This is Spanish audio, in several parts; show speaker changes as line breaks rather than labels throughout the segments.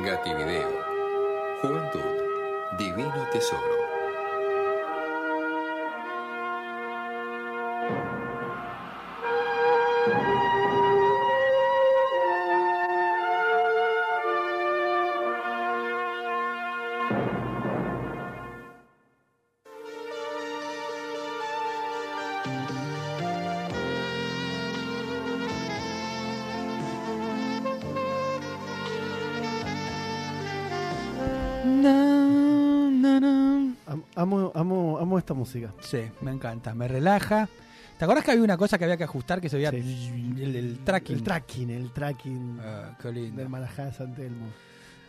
Gativideo. Juventud. Divino tesoro.
Am- Amo, amo, amo esta música.
Sí, me encanta, me relaja. ¿Te acordás que había una cosa que había que ajustar que se veía el, el tracking?
El tracking, el tracking
Ah, qué lindo.
del Marajá de San Telmo.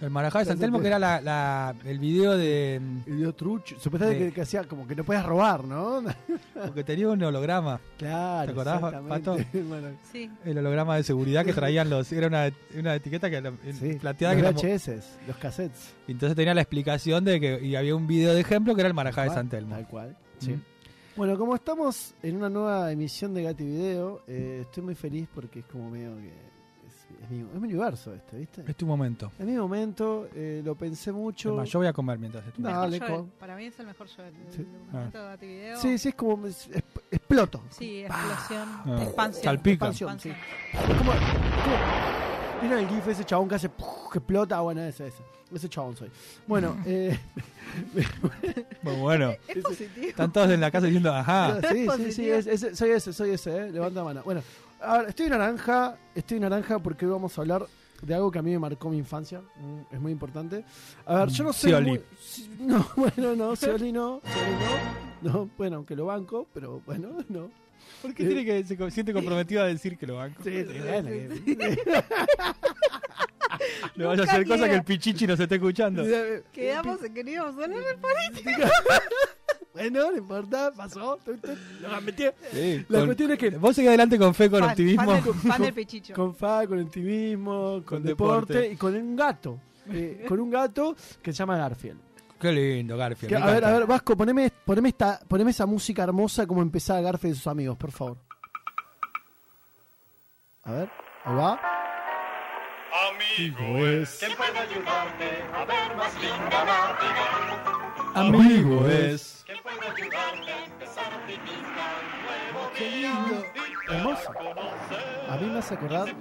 El Marajá de San Telmo, que era la, la- el video de.
El video trucho. Supuestamente
Sí.
que, que hacía como que no podías robar, ¿no?
Porque tenía un holograma.
claro.
¿Te acordás,
exactamente. Bueno,
Sí.
El holograma de seguridad que traían los. Era una, una etiqueta que la-
sí.
plateada que
los
era mo-
VHS, los cassettes.
y Entonces tenía la explicación de que. Y había un video de ejemplo que era el Marajá de
Ah,
San Telmo.
Tal cual. Sí.
Mm.
Bueno, como estamos en una nueva emisión de Gati Video, eh, estoy muy feliz porque es como medio que. Es, es mi, es mi universo este, ¿viste?
Es tu momento.
En mi momento eh, lo pensé
Es
mucho.
más, yo voy a comer mientras estoy.
No. Dale,
El mejor
con-
Joel. Para mí es el mejor Joel. El
Sí. Ah.
momento de Gativideo.
Sí, sí, es como. es- es- exploto.
Sí, explosión,
Ah.
expansión.
Salpica.
Expansión, sí. Es como. como- ¿Vieron el gif ese chabón que hace. que explota? Ah, Bueno, ese, ese. Ese chabón soy. Bueno, eh.
Muy bueno.
Es positivo.
Están todos en la casa diciendo, ajá.
Pero sí,
Es
sí, sí,
positivo.
es- ese- soy ese, soy ese, eh, levanta mano. Bueno, ahora estoy naranja, estoy naranja porque hoy vamos a hablar de algo que a mí me marcó mi infancia, mm, es muy importante. A ver, yo no soy
Scioli.
muy- si- no, bueno, no, Scioli no, Scioli no. No, bueno, aunque lo banco, pero bueno, no.
¿Por qué tiene que se siente comprometido a decir que lo banco?
Sí, sí, bueno, que-
No vaya a
Nunca
hacer cosas que
niega.
el pichichi nos esté escuchando.
Quedamos en que no íbamos a hablar de
Bueno, no importa, pasó. tu, tu, Lo gambeteé.
Sí,
La
con-
cuestión es que
Vos seguís adelante con fe, con
pan,
optimismo.
Pan del, pan del pechicho.
Con fa, con activismo, con,
Con
deporte,
deporte.
y con un gato. eh, con un gato que se llama Garfield.
Qué lindo, Garfield.
Que-
me
a ver,
encanta.
a ver, Vasco, poneme, poneme, esta, poneme esa música hermosa como empezaba Garfield y sus amigos, por favor. A ver, ahí va. Amigo es.
Amigo es.
Qué lindo. Hermoso. A mí me hace acordar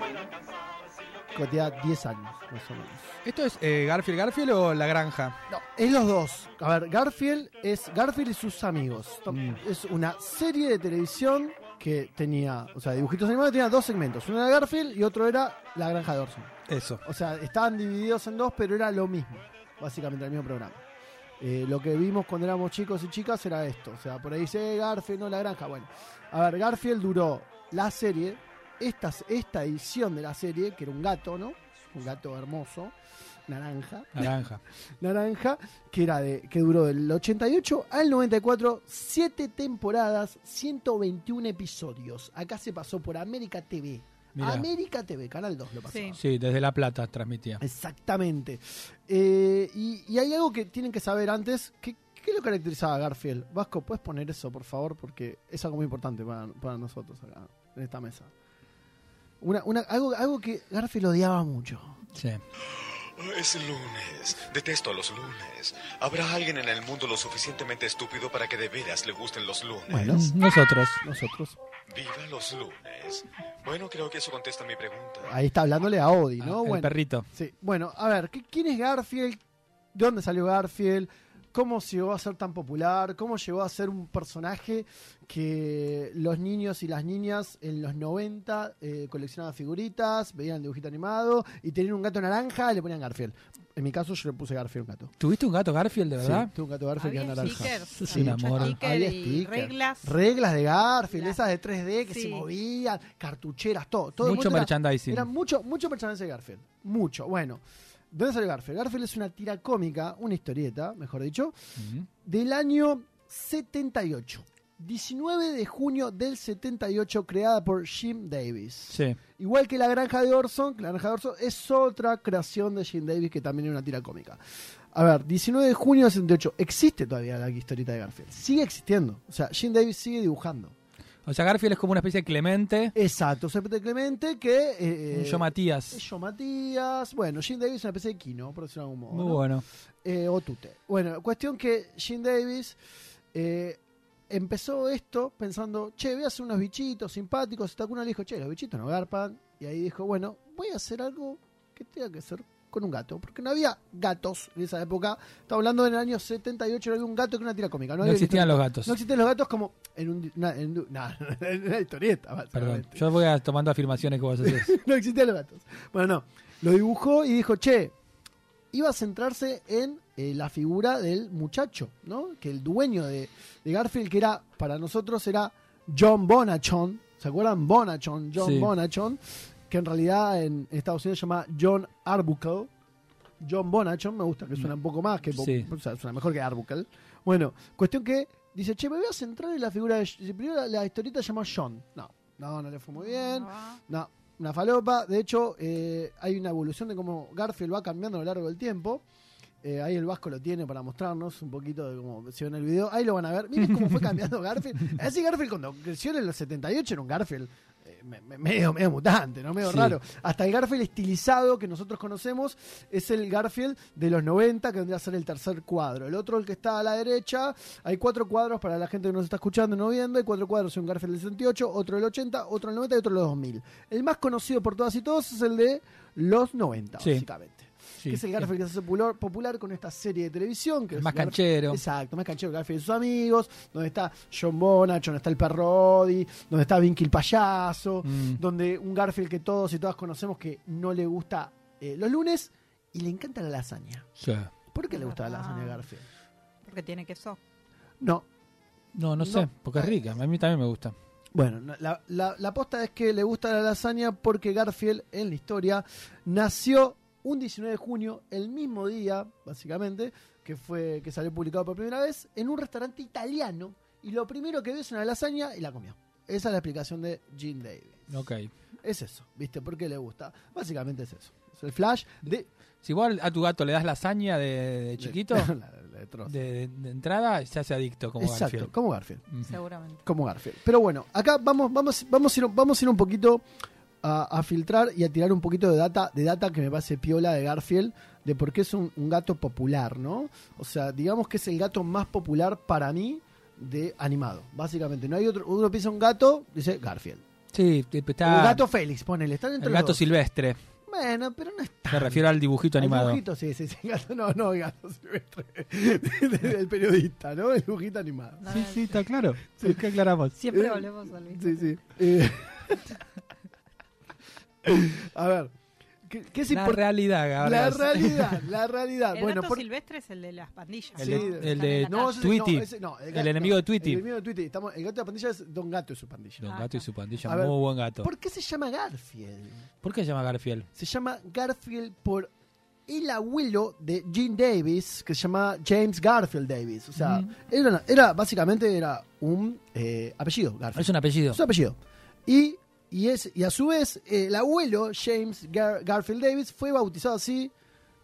que tenía 10 años, más o menos.
¿Esto es eh, Garfield Garfield o La Granja?
No, es los dos. A ver, Garfield es Garfield y sus amigos. Tom-
Mm.
Es una serie de televisión que tenía, o sea, dibujitos animados tenía dos segmentos. Uno era Garfield y otro era La Granja de Orson.
Eso.
O sea, estaban divididos en dos, pero era lo mismo, básicamente el mismo programa. Eh, lo que vimos cuando éramos chicos y chicas era esto. O sea, por ahí dice "Eh, Garfield, no la granja. Bueno, a ver, Garfield duró la serie, esta, esta edición de la serie, que era un gato, ¿no? Un gato hermoso, naranja
Naranja.
naranja, que era de que duró del 88 al 94, 7 temporadas, 121 episodios. Acá se pasó por América TV.
Mirá.
América TV, Canal 2 lo pasó.
Sí.
Sí, desde La Plata transmitía.
Exactamente. Eh, y, y hay algo que tienen que saber antes. ¿Qué, qué lo caracterizaba a Garfield? Vasco, ¿puedes poner eso, por favor? Porque es algo muy importante para, para nosotros acá, en esta mesa. Una, una- algo, algo que Garfield odiaba mucho.
Sí.
Es lunes. Detesto los lunes. Habrá alguien en el mundo lo suficientemente estúpido para que de veras le gusten los lunes.
Bueno,
Nosotros.
nosotros.
Viva los lunes. Bueno, creo que eso contesta mi pregunta.
Ahí está hablándole a Odi,
Ah,
¿no?
el
bueno,
perrito.
Sí, bueno, a ver, ¿qué- ¿quién es Garfield? ¿De dónde salió Garfield? ¿Cómo llegó a ser tan popular? ¿Cómo llegó a ser un personaje que los niños y las niñas en los 90 eh, coleccionaban figuritas, veían el dibujito animado y tenían un gato naranja y le ponían Garfield? En mi caso yo le puse Garfield un gato.
¿Tuviste un gato Garfield, de verdad?
Sí, tuve un gato Garfield que era
Había
naranja.
stickers.
Es
había
un
mucho
amor.
sticker
Había
y
stickers.
reglas.
Reglas de Garfield,
La-
esas de 3D que se
Sí.
movían, cartucheras, todo. todo
Mucho
mucho era-
merchandising.
Era mucho, mucho personaje de Garfield. Mucho. Bueno, ¿de ¿dónde salió Garfield? Garfield es una tira cómica, una historieta, mejor dicho,
Mm.
del año 78. 19 de junio del 78, creada por Jim Davis.
Sí.
Igual que La Granja de Orson, que La Granja de Orson es otra creación de Jim Davis que también es una tira cómica. A ver, 19 de junio del 78, existe todavía la historieta de Garfield. Sigue existiendo. O sea, Jim Davis sigue dibujando.
O O sea, Garfield es como una especie de Clemente,
Exacto, Serpiente Clemente que... eh,
un yo Matías.
es Yo Matías, bueno, Jim Davis es una especie de Kino, por decirlo de algún modo.
Muy
¿no?
bueno.
Eh, o Tute. Bueno, cuestión que Jim Davis eh, empezó esto pensando, che, voy a hacer unos bichitos simpáticos. Y una le dijo, che, los bichitos no garpan. Y ahí dijo, bueno, voy a hacer algo que tenga que hacer con un gato. Porque no había gatos en esa época. Estaba hablando del año 78, no había un gato que una tira cómica. No,
No
había
existían
bichitos.
los gatos.
No existían los gatos como en, un- una- en un- nah, en una historieta,
Perdón,
básicamente.
yo voy a- tomando afirmaciones que vos haces.
no existían los gatos. Bueno, no. Lo dibujó y dijo, che, iba a centrarse en eh, la figura del muchacho, ¿no? Que el dueño de, de Garfield, que era, para nosotros era John Bonachon. ¿Se acuerdan? Bonachon, John
Sí.
Bonachon. Que en realidad en Estados Unidos se llama John Arbuckle. John Bonachon, me gusta que suena un poco más, que po-
Sí.
o sea, suena mejor que Arbuckle. Bueno, cuestión que dice, che, me voy a centrar en la figura de... Primero la, la historieta se llama John. No, no, no le fue muy bien.
Ah,
No, una falopa. De hecho, eh, hay una evolución de cómo Garfield va cambiando a lo largo del tiempo. Eh, ahí el Vasco lo tiene para mostrarnos un poquito de cómo se ve en el video. Ahí lo van a ver. Miren cómo fue cambiando Garfield. Así Garfield cuando creció en los 78 era un Garfield eh, me- me- medio, medio mutante, ¿no? Medio
Sí.
raro. Hasta el Garfield estilizado que nosotros conocemos es el Garfield de los 90, que vendría a ser el tercer cuadro. El otro, el que está a la derecha, hay cuatro cuadros para la gente que nos está escuchando y no viendo. Hay cuatro cuadros, un Garfield del 68, otro del 80, otro del 90 y otro del 2000. El más conocido por todas y todos es el de los 90,
Sí.
básicamente.
Sí.
Que es el Garfield que se hace popular, popular con esta serie de televisión. Que
El
es
más
Garf-
canchero.
Exacto, más canchero Garfield y sus amigos. Donde está John Bonachon, donde está el perro Odie, donde está Vinky el payaso
Mm.
donde un Garfield que todos y todas conocemos que no le gusta eh, los lunes y le encanta la lasaña.
Sí.
¿Por qué le gusta la
Ah.
lasaña a Garfield?
Porque tiene queso.
No,
No, no sé,
No.
porque es rica. A mí también me gusta.
bueno, no, la, la, la posta es que le gusta la lasaña porque Garfield en la historia nació un 19 de junio, el mismo día, básicamente, que fue que salió publicado por primera vez, en un restaurante italiano y lo primero que vio es una lasaña y la comió. Esa es la explicación de Gene Davis.
Ok.
Es eso, ¿viste? ¿Por qué le gusta? Básicamente es eso. Es el flash de
Si vos al- a tu gato le das lasaña de, de chiquito,
La- la- la destroza.
de, de- de entrada, se hace adicto como
Exacto,
Garfield.
como Garfield.
Ujú.
Seguramente.
Como Garfield. Pero bueno, acá vamos, vamos, vamos, a, ir, vamos a ir un poquito a, a filtrar y a tirar un poquito de data, de data que me parece piola de Garfield, de por qué es un, un gato popular, ¿no? O sea, digamos que es el gato más popular para mí de animado, básicamente. No hay otro, uno piensa un gato, dice Garfield.
Sí, tipo,
O
está
El gato Félix, ponele, están entre
el
los
gato
dos.
silvestre.
Bueno, pero no está.
Me refiero al dibujito
El
animado.
dibujito, sí, sí, sí, el gato, no, no, el gato silvestre. El periodista, ¿no? El dibujito animado.
No, no,
está claro. ¿Por qué aclaramos?
Siempre
Eh,
volvemos al mismo.
Sí, sí. Eh, a ver, ¿qué, qué es
la
importante?
realidad,
La,
Gabriel.
realidad, la realidad.
El
Ah, bueno,
gato
por-
silvestre es el de las pandillas.
El
de-
¿no?
el
Están
de-
en la
no,
calle.
ese-
Tweety.
no, ese- no,
El
gato-
enemigo de Tweety.
El enemigo de Tweety. Estamos, el gato de la pandilla es Don Gato y su pandilla.
Don Gato y su pandilla,
A ver.
muy buen gato.
¿Por qué se llama Garfield?
¿Por qué se llama Garfield?
Se llama Garfield por el abuelo de Gene Davis, que se llama James Garfield Davis. O sea, era, una- era- básicamente era un eh, apellido, Garfield.
Es un apellido.
Su apellido. Y, y, es, y a su vez, eh, el abuelo, James Gar- Garfield Davis, fue bautizado así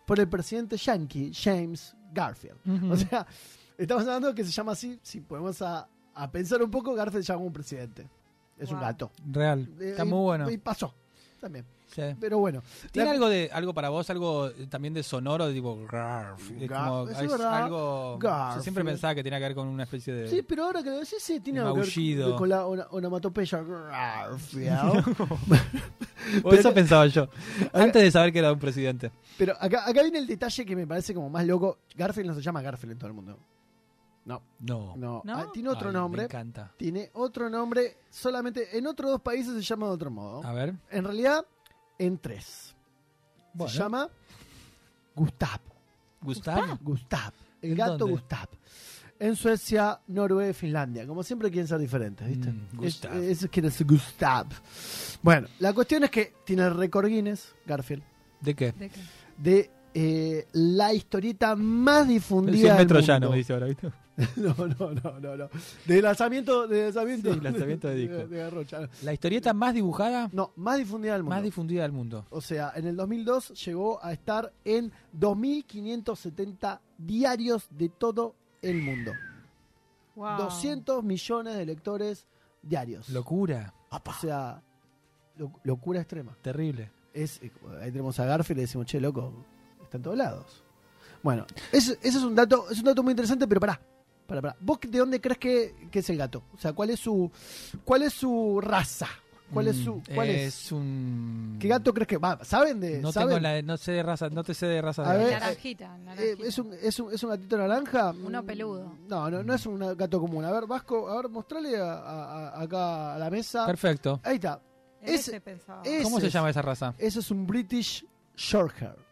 por el presidente yankee, James Garfield.
Ujú.
O sea, estamos hablando que se llama así, si podemos a, a pensar un poco, Garfield se llama un presidente. Es un
Wow.
gato.
Real.
Eh,
Está
y-
muy bueno.
Y pasó también.
Sí.
Pero bueno.
Tiene
La-
algo de algo para vos, algo eh, también de sonoro, de tipo Garf. Es
Gar-
como-
es
es
verdad,
algo.
Garf. eh.
Yo siempre pensaba que tenía que ver con una especie de.
Sí, pero ahora que lo decís, sí, tiene
El
algo que ver
maullido.
con la ona- onomatopeya. Garfield.
O eso pensaba yo.
Ah,
Antes de saber que era un presidente.
Pero acá, acá viene el detalle que me parece como más loco. Garfield no se llama Garfield en todo el mundo.
No.
No,
¿No?
ah, tiene otro
Ay, Me
nombre.
encanta.
Tiene otro nombre. Solamente en otros dos países se llama de otro modo.
A ver.
En realidad, en tres.
Bueno.
Se llama Gustavo.
Gustavo.
Gustav. El
¿En
gato
dónde?
Gustav. En Suecia, Noruega y Finlandia. Como siempre quieren ser diferentes, ¿viste?
Mm,
Es-
Gustav.
Eso quiere decir Gustav. Bueno, la cuestión es que tiene el récord Guinness, Garfield,
¿De qué?
¿De qué?
de eh, la historieta más difundida.
100
del
metros llano,
mundo.
me dice ahora, ¿viste?
No, no, no, no, no. De lanzamiento, de lanzamiento.
Sí, lanzamiento de disco.
Garrocha.
La historieta más dibujada,
No, más difundida del mundo.
más difundida del mundo.
o sea, en el 2002 llegó a estar en 2.570 diarios de todo el mundo.
Wow.
200 millones de lectores diarios.
Locura.
O sea, lo- locura extrema.
Terrible.
Es, eh, ahí tenemos a Garfield y le decimos, che, loco, está en todos lados. Bueno, es- ese es un dato, es un dato muy interesante, pero pará. Pará, pará. ¿Vos de dónde crees que, que es el gato? O sea, ¿cuál es su, cuál es su raza? ¿Cuál es su,
Mm,
cuál es?
un.
¿Qué gato crees que va? ¿Saben de?
No,
saben?
tengo la, no sé de raza, no te sé de raza
A
de
ver,
gato.
naranjita,
Eh,
naranjita.
es, un, es, un, es un gatito naranja. Mm,
Uno peludo.
No, no, no es un gato común. A ver, Vasco, a ver, mostrale a- a- a- acá a la mesa.
Perfecto.
Ahí está.
En
es- eh,
ese pensaba.
es-
¿Cómo se
es-
llama esa raza?
Eso es un British Shorthair.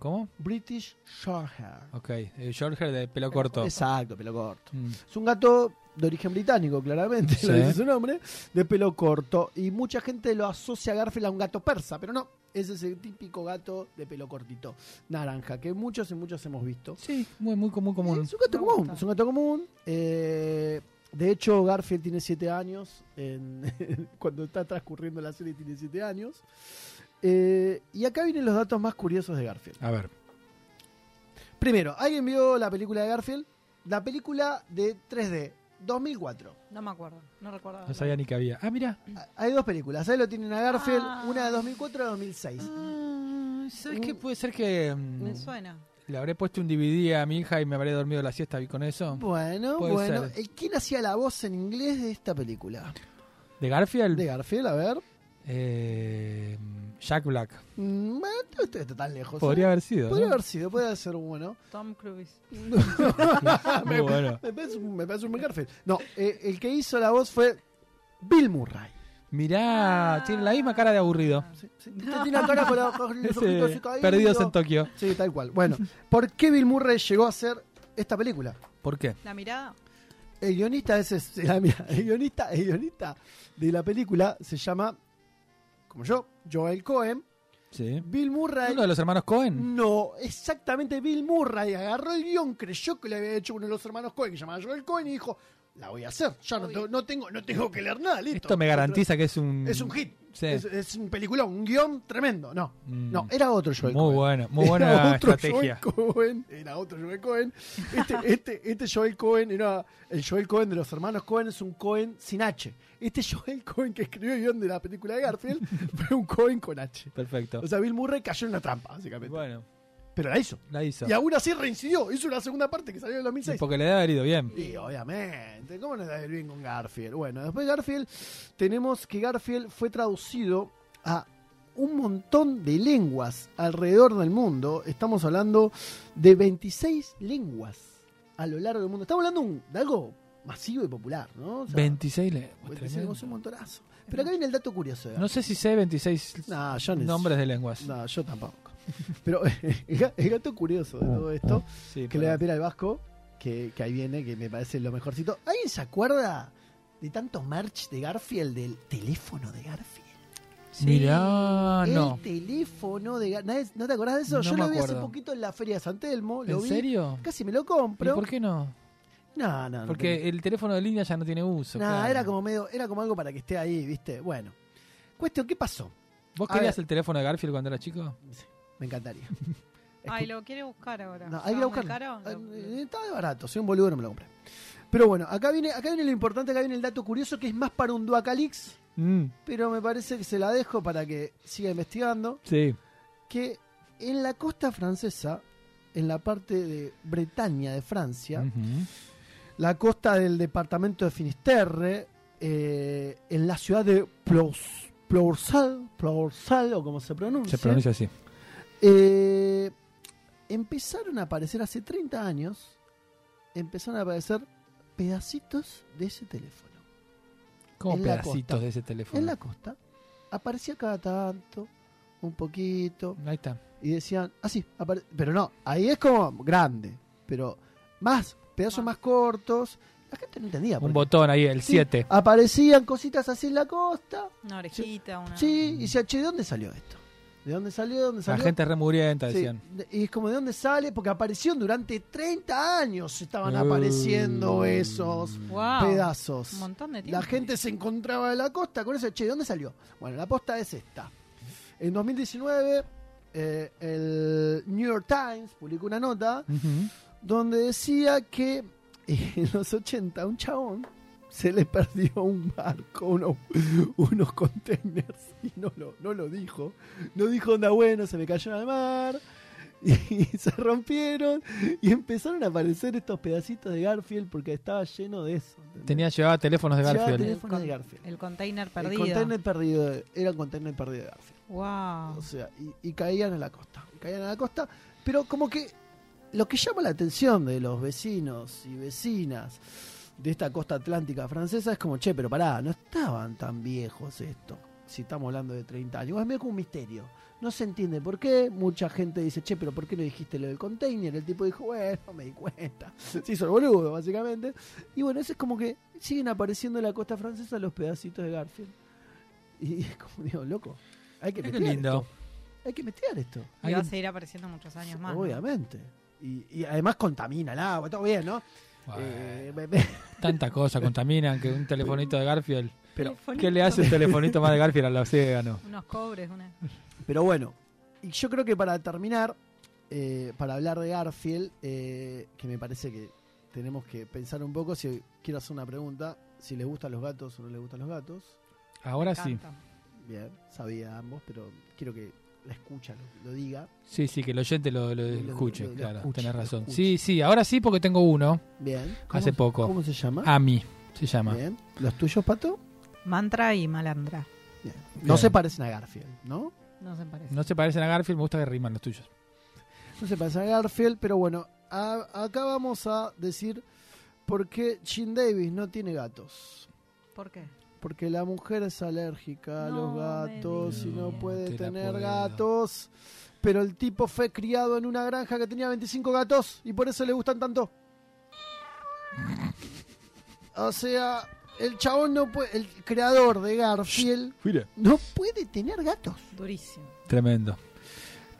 ¿Cómo?
British Shorthair.
Ok. eh, George de pelo corto.
Exacto, pelo corto.
Mm.
Es un gato de origen británico, claramente,
Sí.
lo dice su nombre, de pelo corto. Y mucha gente lo asocia a Garfield a un gato persa, pero no. Es ese típico gato de pelo cortito, naranja, que muchos y muchos hemos visto.
Sí, muy, muy, muy común.
Es un gato
Me
común.
gusta.
Es un gato común. Eh, de hecho, Garfield tiene 7 años. en- cuando está transcurriendo la serie, tiene 7 años. Eh, y acá vienen los datos más curiosos de Garfield.
A ver.
Primero, ¿alguien vio la película de Garfield? La película de 3D, 2004.
No me acuerdo, no recuerdo.
No sabía ni que había. Ah, mira.
Ah, Hay dos películas. Ahí lo tienen a Garfield.
Ah.
Una de 2004 y 2006.
Ah, ¿Sabes
Un-
qué? Puede ser que mm,
Me suena.
le habré puesto un DVD a mi hija y me habré dormido la siesta con eso.
Bueno,
Puede
bueno.
ser.
¿Y ¿Quién hacía la voz en inglés de esta película?
¿De Garfield?
De Garfield, a ver.
Eh, Jack Black.
Mm, bueno, esto- esto está tan lejos. ¿eh?
Podría haber sido. ¿no?
Podría haber sido, podría ser bueno.
Tom Cruise.
Muy bueno.
Me parece, un- me parece un buen Garfield. No, eh, el que hizo la voz fue Bill Murray.
Mirá,
Ah.
tiene la misma cara de aburrido.
Sí, sí. Usted tiene la cara con la- con los
Ese,
ojitos así caídos.
perdidos en Tokio.
Sí, tal cual. Bueno, ¿por qué Bill Murray llegó a hacer esta película?
¿Por qué?
La mirada.
El guionista ese es la mía. El guionista, el guionista de la película se llama, como yo, Joel Cohen.
Sí.
Bill Murray.
Uno de los hermanos Cohen.
No, exactamente Bill Murray agarró el guión, creyó que le había hecho uno de los hermanos Cohen, que se llamaba Joel Cohen, y dijo, la voy a hacer, ya no, tengo- no tengo, no tengo que leer nada, listo.
Esto me garantiza que es un.
Es un hit,
Sí.
es, es un peliculón, un guión tremendo. No,
Mm.
no, era otro Joel
Muy
Cohen.
buena, muy
era
buena
otro
estrategia.
Joel Cohen, era otro Joel Cohen. Este, este, este Joel Cohen era el Joel Cohen de los hermanos Cohen, es un Cohen sin H. Este Joel Cohen que escribió el guión de la película de Garfield fue un Cohen con H.
Perfecto.
O sea, Bill Murray cayó en una trampa, básicamente.
Bueno,
Pero la hizo.
la hizo.
Y aún así reincidió, hizo una segunda parte que salió en el 2006.
Porque le debe haber ido bien.
Y obviamente, ¿cómo no da el bien con Garfield? Bueno, después de Garfield, tenemos que Garfield fue traducido a un montón de lenguas alrededor del mundo. Estamos hablando de 26 lenguas a lo largo del mundo. Estamos hablando un- de algo masivo y popular, ¿no? O sea,
26 le- tremendo.
es un montonazo. Pero acá viene el dato curioso. de
No sé si sé 26
Nah, yo no-
nombres de lenguas.
No, yo tampoco. Pero el ga- el gato curioso de todo esto
Sí,
que
pero-
le voy a pedir al Vasco, que, que ahí viene, que me parece lo mejorcito. ¿Alguien se acuerda de tantos merch de Garfield, del teléfono de Garfield?
Sí.
Mirá, Ah, no.
El teléfono de Garfield. ¿No te acordás de eso?
No
Yo
me
lo vi hace
acuerdo.
poquito en la feria de San Telmo. Lo
¿En
vi.
serio?
Casi me lo
¿Pero
compro.
por qué no?
No, no, no.
Porque el teléfono de línea ya no tiene uso.
No,
claro.
era como medio, era como algo para que esté ahí, ¿viste? Bueno. Cuestión, ¿qué pasó?
¿Vos
a
querías
ver.
el teléfono de Garfield cuando era chico?
Me encantaría.
Ay, lo quiere buscar ahora.
No, hay que ir a
¿Estaba muy
buscarlo. Ah,
caro? Lo-
eh, Estaba de barato, soy un boludo, no me lo compré. Pero bueno, acá viene, acá viene lo importante, acá viene el dato curioso que es más para un Duacalix,
Mm,
pero me parece que se la dejo para que siga investigando.
sí.
Que en la costa francesa, en la parte de Bretaña de Francia,
Ujú.
la costa del departamento de Finisterre, eh, en la ciudad de Plous- Ploursal, Ploursal, o como se pronuncia,
Se pronuncia así.
eh, empezaron a aparecer hace 30 años, empezaron a aparecer pedacitos de ese teléfono.
Como
En la costa.
pedacitos de ese teléfono.
En la costa aparecía cada tanto, un poquito,
Ahí está.
y decían, así, apare-". pero no, ahí es como grande, pero más,
Ah.
pedazos más cortos. La gente no entendía. por
Un
qué.
botón ahí, el
Sí,
7.
aparecían cositas así en la costa,
Una orejita, una.
sí, y decía, che, ¿de dónde salió esto? ¿De dónde salió? ¿De dónde
Mm. La
salió?
gente es remurienta,
Sí,
decían.
de- y es como de dónde sale, porque aparecieron durante 30 años, estaban
Uh.
apareciendo esos
Wow.
pedazos.
Ah, Un montón de tiempo.
La gente se encontraba en la costa con eso, che, ¿de dónde salió? Bueno, la posta es esta. En 2019, eh, el New York Times publicó una nota
Ujú.
eh, donde decía que en los 80 un chabón se le perdió un barco, uno- unos containers, y no lo, no lo dijo. No dijo onda bueno, se me cayó al mar. Y se rompieron y empezaron a aparecer estos pedacitos de Garfield porque estaba lleno de eso. ¿entendés?
Tenía, llevaba teléfonos de
Llevaba
Garfield.
teléfonos de Garfield.
El container
El
perdido.
container perdido, de- era un container perdido de Garfield. O
Wow.
sea, y, y caían a la costa. Caían a la costa. Pero como que lo que llama la atención de los vecinos y vecinas de esta costa atlántica francesa es como, che, pero pará, no estaban tan viejos esto. Si estamos hablando de 30 años. Es medio como un misterio. No se entiende por qué. Mucha gente dice, che, pero ¿por qué no dijiste lo del container? El tipo dijo, bueno, me di cuenta. Se hizo el boludo, básicamente. Y bueno, eso es como que siguen apareciendo en la costa francesa los pedacitos de Garfield. Y es como, digo, loco. Hay que
Mirá qué
investigar
lindo.
esto. Hay que meter esto.
Y va a
Alguien-
seguir apareciendo muchos años más. ¿no?
Obviamente. Y, y además contamina el agua, todo bien, ¿no?
Bueno,
Eh, me- me-
tanta cosa contaminan que un telefonito de Garfield.
pero,
¿Qué le hace un telefonito más de Garfield al océano?
Unos cobres, una.
pero bueno, y yo creo que para terminar, eh, para hablar de Garfield, eh, que me parece que tenemos que pensar un poco, si quiero hacer una pregunta, si les gustan los gatos o no les gustan los gatos.
Ahora Ah, sí.
Canto.
Bien, sabía ambos, pero quiero que la escucha lo, lo diga.
Sí, sí, que el oyente lo, lo
Lo- lo-
escuche,
lo- lo
claro,
escuche,
tenés
lo
razón.
escuche.
Sí, sí, ahora sí porque tengo uno,
Bien.
Hace
¿Cómo-
poco.
¿Cómo se llama?
Ami se llama.
Ah. Bien. ¿Los tuyos, Pato?
Mantra y malandra.
Bien. No
Bien.
se parecen a Garfield, ¿no?
No se parece.
No se parecen a Garfield, me gusta que riman los tuyos.
No se pasa a Garfield, pero bueno, a- acá vamos a decir por qué Jim Davis no tiene gatos.
¿Por qué?
Porque la mujer es alérgica a los
No me
gatos y no
digas.
puede
No te la
tener
puedo.
gatos. Pero el tipo fue criado en una granja que tenía 25 gatos y por eso le gustan tanto. O sea, el chabón no puede, el creador de Garfield
Mira.
no puede tener gatos.
Durísimo.
Tremendo.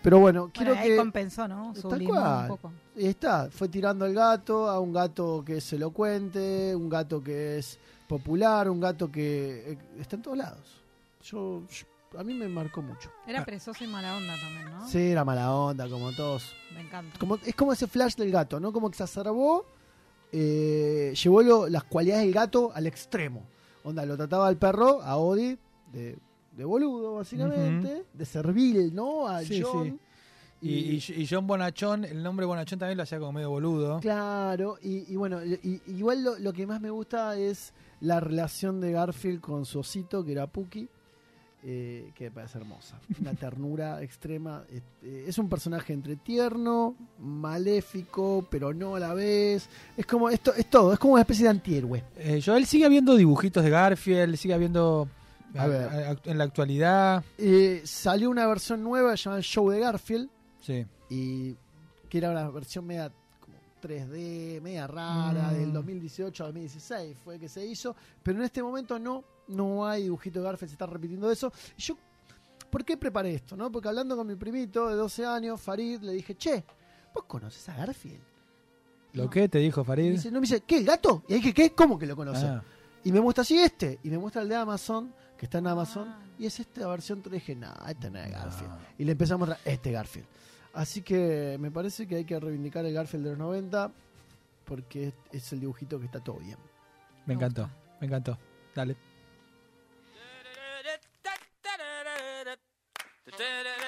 Pero bueno,
Bueno,
quiero
ahí
que
compensó, ¿no? Su
Tal
limón
cual.
un poco.
Y está, fue tirando al gato, a un gato que es elocuente, un gato que es popular, un gato que eh, está en todos lados. Yo, yo- a mí me marcó mucho.
Ah.
Era perezoso y mala onda también, ¿no?
Sí, era mala onda, como todos.
Me encanta.
Como, es como ese flash del gato, ¿no? Como exacerbó, eh, llevó lo- las cualidades del gato al extremo. Onda, lo trataba al perro, a Odi, de, de boludo, básicamente, de servil, ¿no? A
Sí, sí.
John.
Y, y- y John Bonachón, el nombre Bonachón también lo hacía como medio boludo.
Claro, y, y bueno, y- y- igual lo, lo que más me gusta es la relación de Garfield con su osito, que era Puki, eh, que me parece hermosa. Una ternura extrema. Este, es un personaje entre tierno, maléfico, pero no a la vez. Es como, esto es todo, es como una especie de antihéroe.
Eh, Joel sigue habiendo dibujitos de Garfield, sigue habiendo
A ver.
a- a- en la actualidad.
Eh, salió una versión nueva llamada Show de Garfield,
Sí.
y que era una versión media como 3D, media rara,
Mm.
del 2018 a 2016 fue que se hizo, pero en este momento no, no hay dibujito de Garfield, se está repitiendo eso. Y yo, ¿por qué preparé esto? no Porque hablando con mi primito de 12 años, Farid, le dije, che, ¿vos conoces a Garfield?
¿Lo
No.
que te dijo
Y me
Farid?
dice, no, me dice, ¿qué, el gato? Y dije, ¿qué? ¿Cómo que lo conoces?
Ah,
Y me muestra así este, y me muestra el de Amazon, que está en Amazon,
Ah.
y es esta versión, le dije, no, este no es
No.
Garfield. Y le empezamos a mostrar este Garfield. Así que me parece que hay que reivindicar el Garfield de los 90, porque es, es el dibujito que está todo bien.
me encantó, me encantó. Dale.